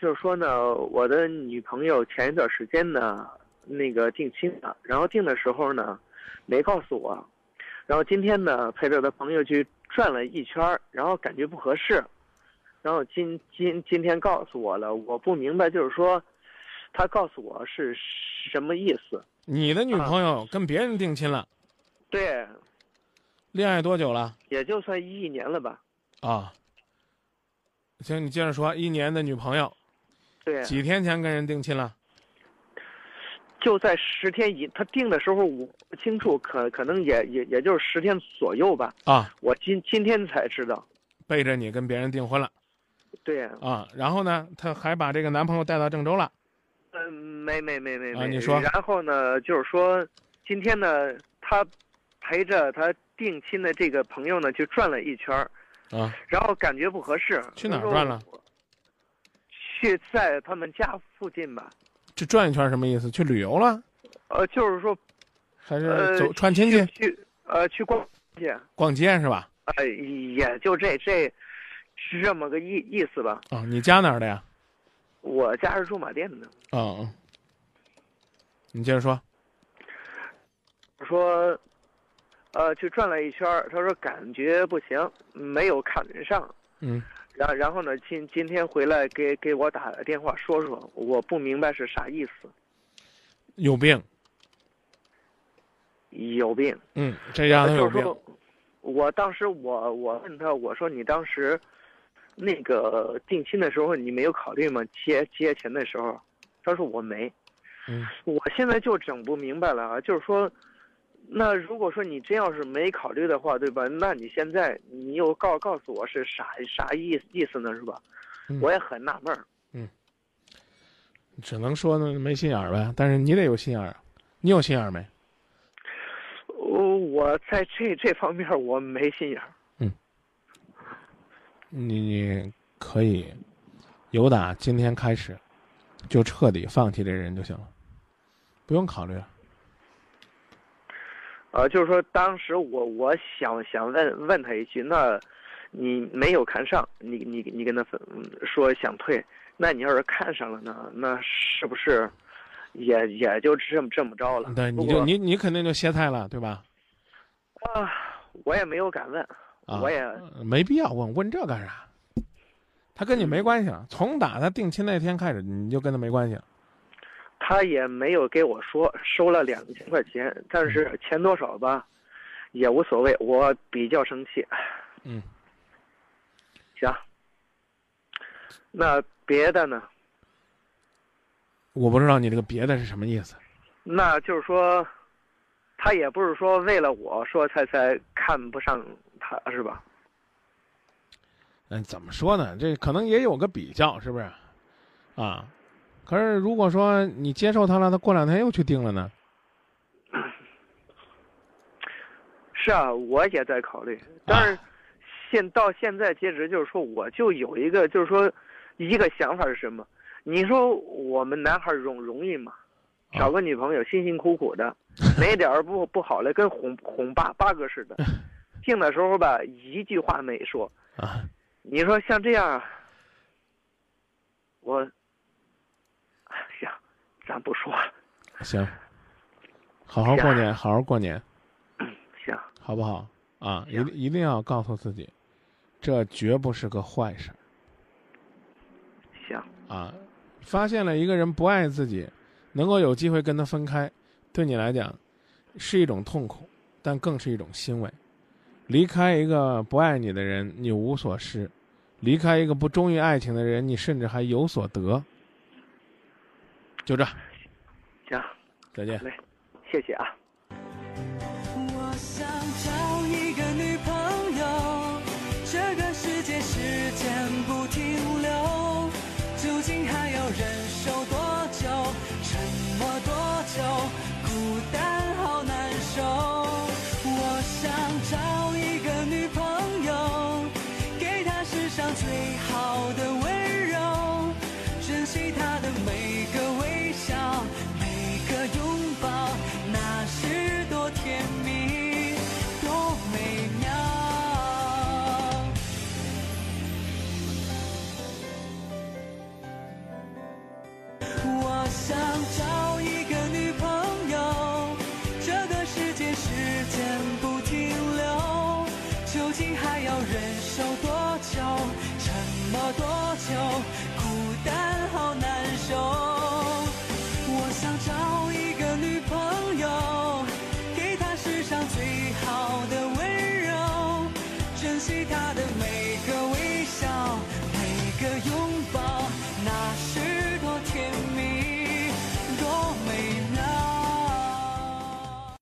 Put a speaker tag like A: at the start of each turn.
A: 就是说呢，我的女朋友前一段时间呢，那个定亲了，然后定的时候呢，没告诉我，然后今天呢，陪着我的朋友去转了一圈儿，然后感觉不合适，然后今今今天告诉我了，我不明白，就是说，他告诉我是什么意思？
B: 你的女
A: 啊
B: 朋友跟别人定亲了，
A: 对，
B: 恋爱多久了？
A: 也就算一一年了吧。
B: 啊，行，你接着说，一年的女朋友
A: 对，
B: 几天前跟人定亲了？
A: 就在十天以他定的时候我不清楚，可可能也也也就是十天左右吧。
B: 啊，
A: 我今今天才知道，
B: 背着你跟别人订婚了
A: 对，
B: 啊，然后呢，她还把这个男朋友带到郑州了。
A: 嗯，没没没没没、
B: 啊你说
A: 然后呢，就是说，今天呢，他陪着他定亲的这个朋友呢，去转了一圈儿
B: 啊，
A: 然后感觉不合适。
B: 去哪儿
A: 他说
B: 转了？
A: 去在他们家附近吧。
B: 这转一圈什么意思？去旅游了，
A: 呃，就是说
B: 还
A: 呃
B: 是走串亲戚、
A: 去呃去逛去，
B: 逛街是吧？
A: 呃，也就这这是这么个意意思吧。
B: 啊，你家哪儿的呀？
A: 我家是驻马店的，
B: 啊，嗯你接着说。
A: 我说，呃，去转了一圈儿，他说感觉不行，没有看上。
B: 嗯，
A: 然然后呢，今今天回来给给我打个电话说说，我不明白是啥意思，
B: 有病。
A: 有病。
B: 嗯，这丫头有
A: 就是
B: 病。
A: 说，我当时我我问他，我说你当时那个定亲的时候，你没有考虑吗？结结钱的时候，他说我没。
B: 嗯，
A: 我现在就整不明白了啊，就是说，那如果说你真要是没考虑的话，对吧？那你现在你又告告诉我是啥啥意意思呢，是吧？
B: 嗯
A: 我也很纳闷儿。
B: 只能说呢没心眼儿呗，但是你得有心眼儿啊。你有心眼儿没？
A: 我呃我在这这方面我没心眼儿。
B: 你你可以，由打今天开始，就彻底放弃这人就行了，不用考虑了。
A: 呃，就是说当时我我想想问问他一句，那你没有看上，你你你跟他分嗯说想退，那你要是看上了呢，那是不是也也就这么这么着了？
B: 对，
A: 不
B: 你就
A: 过
B: 你你肯定就歇菜了，对吧？
A: 啊，我也没有敢问，
B: 啊，
A: 我也
B: 呃没必要问问这干啥，他跟你没关系啊。从打他定亲那天开始，你就跟他没关系了。
A: 他也没有给我说收了两千块钱，但是钱多少吧，也无所谓，我比较生气。
B: 嗯，
A: 行，那别的呢？
B: 我不知道你这个别的是什么意思。
A: 那就是说，他也不是说为了我说才才看不上他是吧？
B: 嗯，怎么说呢？这可能也有个比较，是不是？啊，可是如果说你接受他了，他过两天又去定了呢？
A: 是啊，我也在考虑，但是现到现在截止，就是说我就有一个，就是说一个想法是什么？你说我们男孩容容易吗？
B: 啊
A: 找个女朋友辛辛苦苦的，哪点儿不不好了，跟哄哄八八哥似的。定的时候吧，一句话没说。
B: 啊，
A: 你说像这样，啊我，哎行，咱不说了，
B: 行，好好过年，好好过年，
A: 行。
B: 好不好？啊，一
A: 行
B: 定一定要告诉自己，这绝不是个坏事儿
A: 行，
B: 啊！发现了一个人不爱自己，能够有机会跟他分开，对你来讲是一种痛苦，但更是一种欣慰。离开一个不爱你的人，你无所失；离开一个不忠于爱情的人，你甚至还有所得。就这，
A: 行，
B: 再见。
A: 谢谢啊。
C: 我想找一个女朋友，这个世界时间不停留，究竟还要忍受多久？沉默多久？孤单好难受。我想找一个女朋友，给她世上最好的温柔，珍惜她的每个微笑，每个拥抱，那是多甜蜜，多美妙。忍受